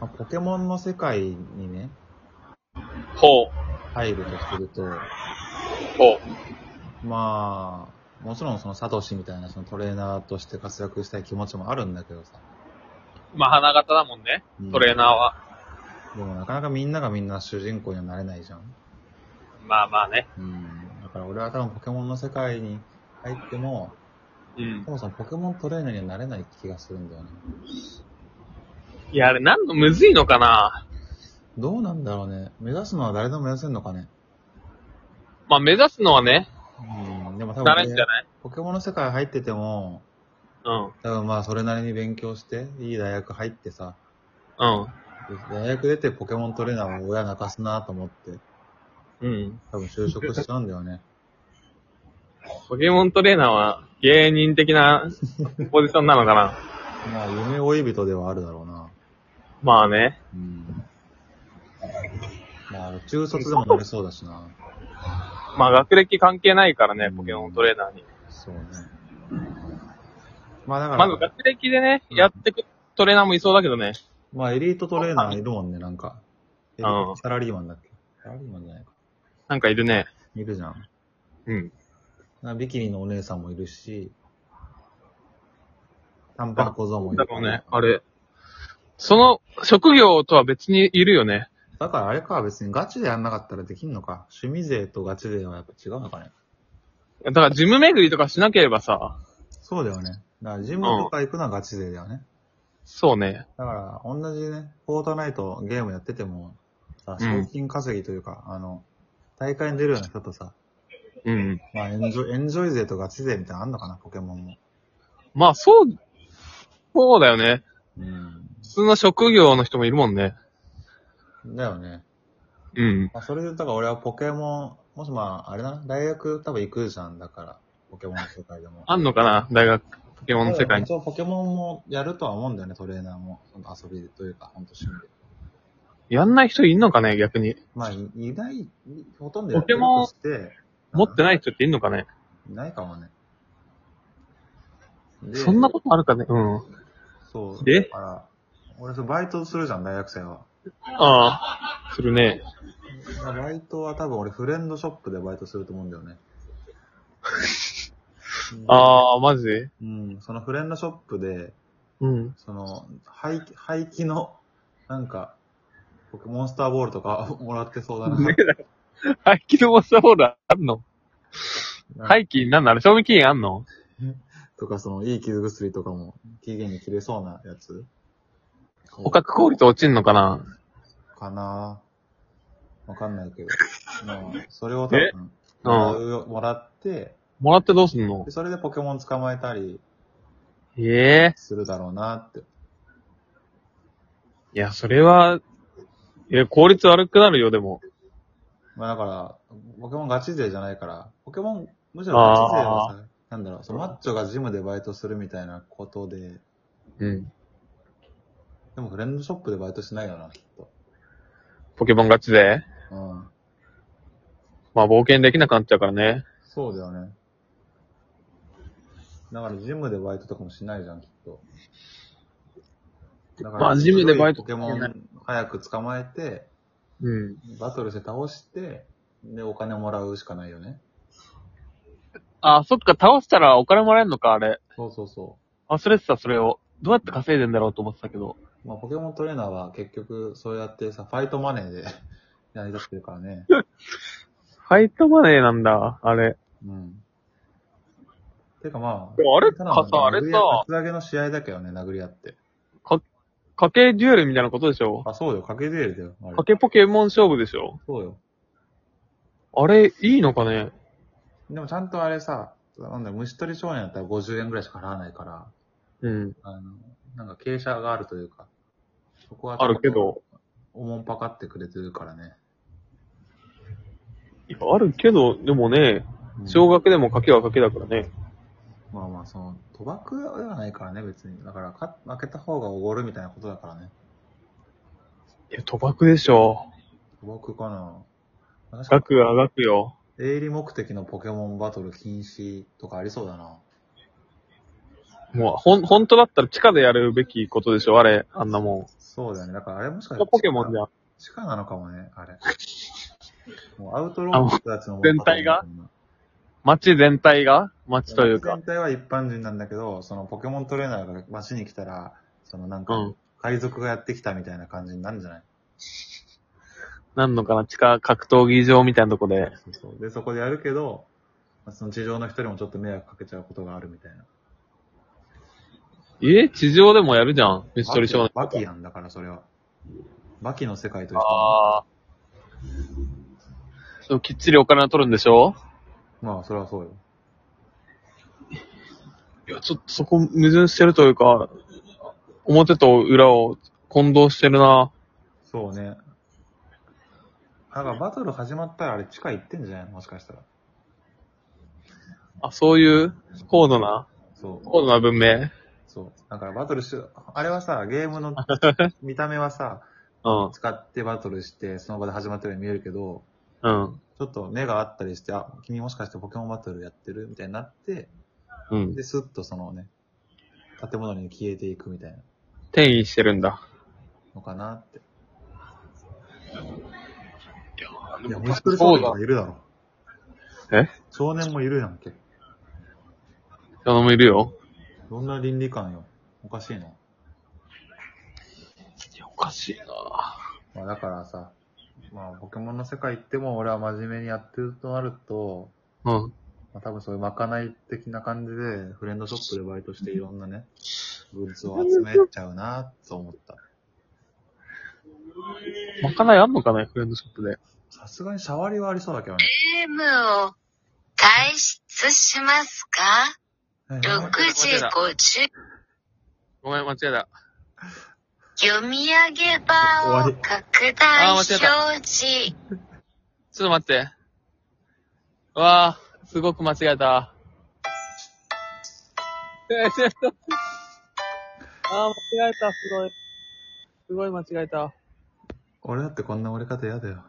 まあポケモンの世界にね、ほう、入るとすると、ほう。まあ、もちろんそのサトシみたいなそのトレーナーとして活躍したい気持ちもあるんだけどさ。まあ、花形だもんね。うんトレーナーは。でもなかなかみんながみんな主人公にはなれないじゃん。まあまあね。うん。だから俺は多分ポケモンの世界に入っても、うんそ。もそもポケモントレーナーにはなれない気がするんだよね。いや、あれ、なんの、むずいのかなどうなんだろうね。目指すのは誰でも目指せるのかね。まあ、目指すのはね、うん。でも多分なれん俺じゃないポケモンの世界入ってても、うん。多分まあそれなりに勉強して、いい大学入ってさ、うん。大学出てポケモントレーナーを親泣かすなと思って、うん。多分就職しちゃうんだよね。 ポケモントレーナーは芸人的 なポジションなのかなまあ夢追い人ではあるだろうな。まあね。うん。まあ中卒でもなれそうだしな。まあ学歴関係ないからね、ポケモントレーナーに。そうね。まあだかまずら、学歴でね、うんやってくトレーナーもいそうだけどね。まあエリートトレーナーいるもんね、なんか。エリートうんサラリーマンだっけサラリーマンじゃないか。なんかいるね。いるじゃん。うん。なんかビキニのお姉さんもいるし、短パン小僧もいだる。からね、あれ。その職業とは別にいるよね。だからあれか、別にガチでやんなかったらできんのか。趣味税とガチ税はやっぱ違うのかね。だからジム巡りとかしなければさ、そうだよね。だからジムとか行くのはガチ勢だよね。そうね。だから、同じね、フォートナイトゲームやってても、さ、うん賞金稼ぎというか、あの、大会に出るような人とさ、うん。まあエンジョイ、エンジョイ勢とガチ勢みたいなのあんのかな、ポケモンも。まあそう、そうだよね。うん。普通の職業の人もいるもんね。だよね。うん。まあ、それで、だから俺はポケモン、もしまあ、あれだな、大学多分行くじゃん、だから、ポケモンの世界でも。あんのかな大学、ポケモンの世界に。そう、ポケモンもやるとは思うんだよね、トレーナーも。その遊びでというか、ほんと趣味で。やんない人いんのかね逆に。まあ、いいない、いほとんどやってるポケモンとして、持ってない人っていんのかねいないかもね。でそんなことあるかねうん。そう。でだから、俺そう、バイトするじゃん、大学生は。ああ、するね。バイトは多分俺、フレンドショップでバイトすると思うんだよね。 ああ、マジうん、そのフレンドショップで、うん。 その、廃棄、廃棄の、なんか、僕、モンスターボールとかもらってそうだな。廃棄のモンスターボールあるのなんか 廃棄なんなの賞味期限あんのとか、その、いい傷薬とかも、期限に切れそうなやつ捕獲効率落ちんのかなかなぁ。わかんない けど。まあ、それを多分、えもらうよもらって、もらってどうすんのでそれでポケモン捕まえたりええするだろうなって。いや、それは、いや、効率悪くなるよ、でも。まあだから、ポケモンガチ勢じゃないから、ポケモン、むしろガチ勢はさ、なんだろう、そのマッチョがジムでバイトするみたいなことで、うん。でもフレンドショップでバイトしないよな、きっと。ポケモン勝ちで。うん。まあ、冒険できなくなっちゃうからね。そうだよね。だからジムでバイトとかもしないじゃん、きっと。だまあジムでバイトポケモン早く捕まえて、うん。バトルして倒して、で、お金もらうしかないよね。あ、そっか、倒したらお金もらえるのか、あれ。そうそうそ忘れてた、それを。どうやって稼いでんだろうと思ってたけど。う。まあ、ポケモントレーナーは結局、そうやってさ、ファイトマネーで 成り立ってるからね。ファイトマネーなんだ、あれ。うん。てかまでもあ、あれただのかさあれさ殴り合い厚揚げの試合だけどね、殴り合って。賭けデュエルみたいなことでしょあ、そうよ、賭けデュエルだよ。あれ賭けポケモン勝負でしょそうよ。あれ、いいのかねでもちゃんとあれさ、なんだよ、虫取り少年だったら50円ぐらいしか払わないから、うん。あの、なんか傾斜があるというか、そこはあるけど。おもんぱかってくれてるからね。いやあるけど、でもね、うん小学でも賭けは賭けだからね。まあまあ、その、賭博ではないからね、別に。だから、か負けた方がおごるみたいなことだからね。いや、賭博でしょ。賭博かな確か額が上がくよ。営利目的のポケモンバトル禁止とかありそうだな。もう、ほん、本当だったら地下でやるべきことでしょ、あれ、あんなもん。そうだよね。だからあれもしかしそれポケモンじゃん。地下なのかもね、あ れ。もうアウトローの人たちのもの全体が街全体が街というか全。体は一般人なんだけど、そのポケモントレーナーが街に来たら、そのなんうかん、。海賊がやってきたみたいな感じになるんじゃない、なんのかな、地下格闘技場みたいなとこで。そうそうで、そこでやるけど、まあその地上の人にもちょっと迷惑かけちゃうことがあるみたいな。え地上でもやるじゃん。虫取り少年。バキバキやんだから、それは。バキの世界と一緒ああ。でもきっちりお金は取るんでしょまあ、それはそうよ。いや、ちょっとそこ矛盾してるというか、表と裏を混同してるな。そうね。だからバトル始まったらあれ地下行ってんじゃないのもしかしたら。あ、そういう高度な、そう。高度な文明。そう。だからバトルし、あれはさ、ゲームの見た目はさ、うん、使ってバトルして、その場で始まったように見えるけど、うん、ちょっと目があったりして、あ、君もしかしてポケモンバトルやってるみたいになって、うん。で、スッとそのね、建物に消えていくみたいな転移してるんだ。のかなって。いいや、やミスクル少年がいるだろ。え少年もいるやんけ。人もいるよ。どんな倫理観よ。おかしいな。いや、おかしいなまあだからさ、まあポケモンの世界行っても俺は真面目にやってるとなると、うん。まあ多分そういうまかない的な感じで、フレンドショップでバイトしていろんなね、グッズを集めちゃうなと思った。まかないあんのかなフレンドショップで。さすがにシャワリはありそうだけどね。ゲームを退出しますか6 ?6 時50ごめん、間違えた。読み上げバーを拡大表示。ちょっと待って。うわぁ、すごく間違え た。えちょっとあー、間違えた、すごい。すごい間違えた。俺だってこんな折れ方嫌だよ。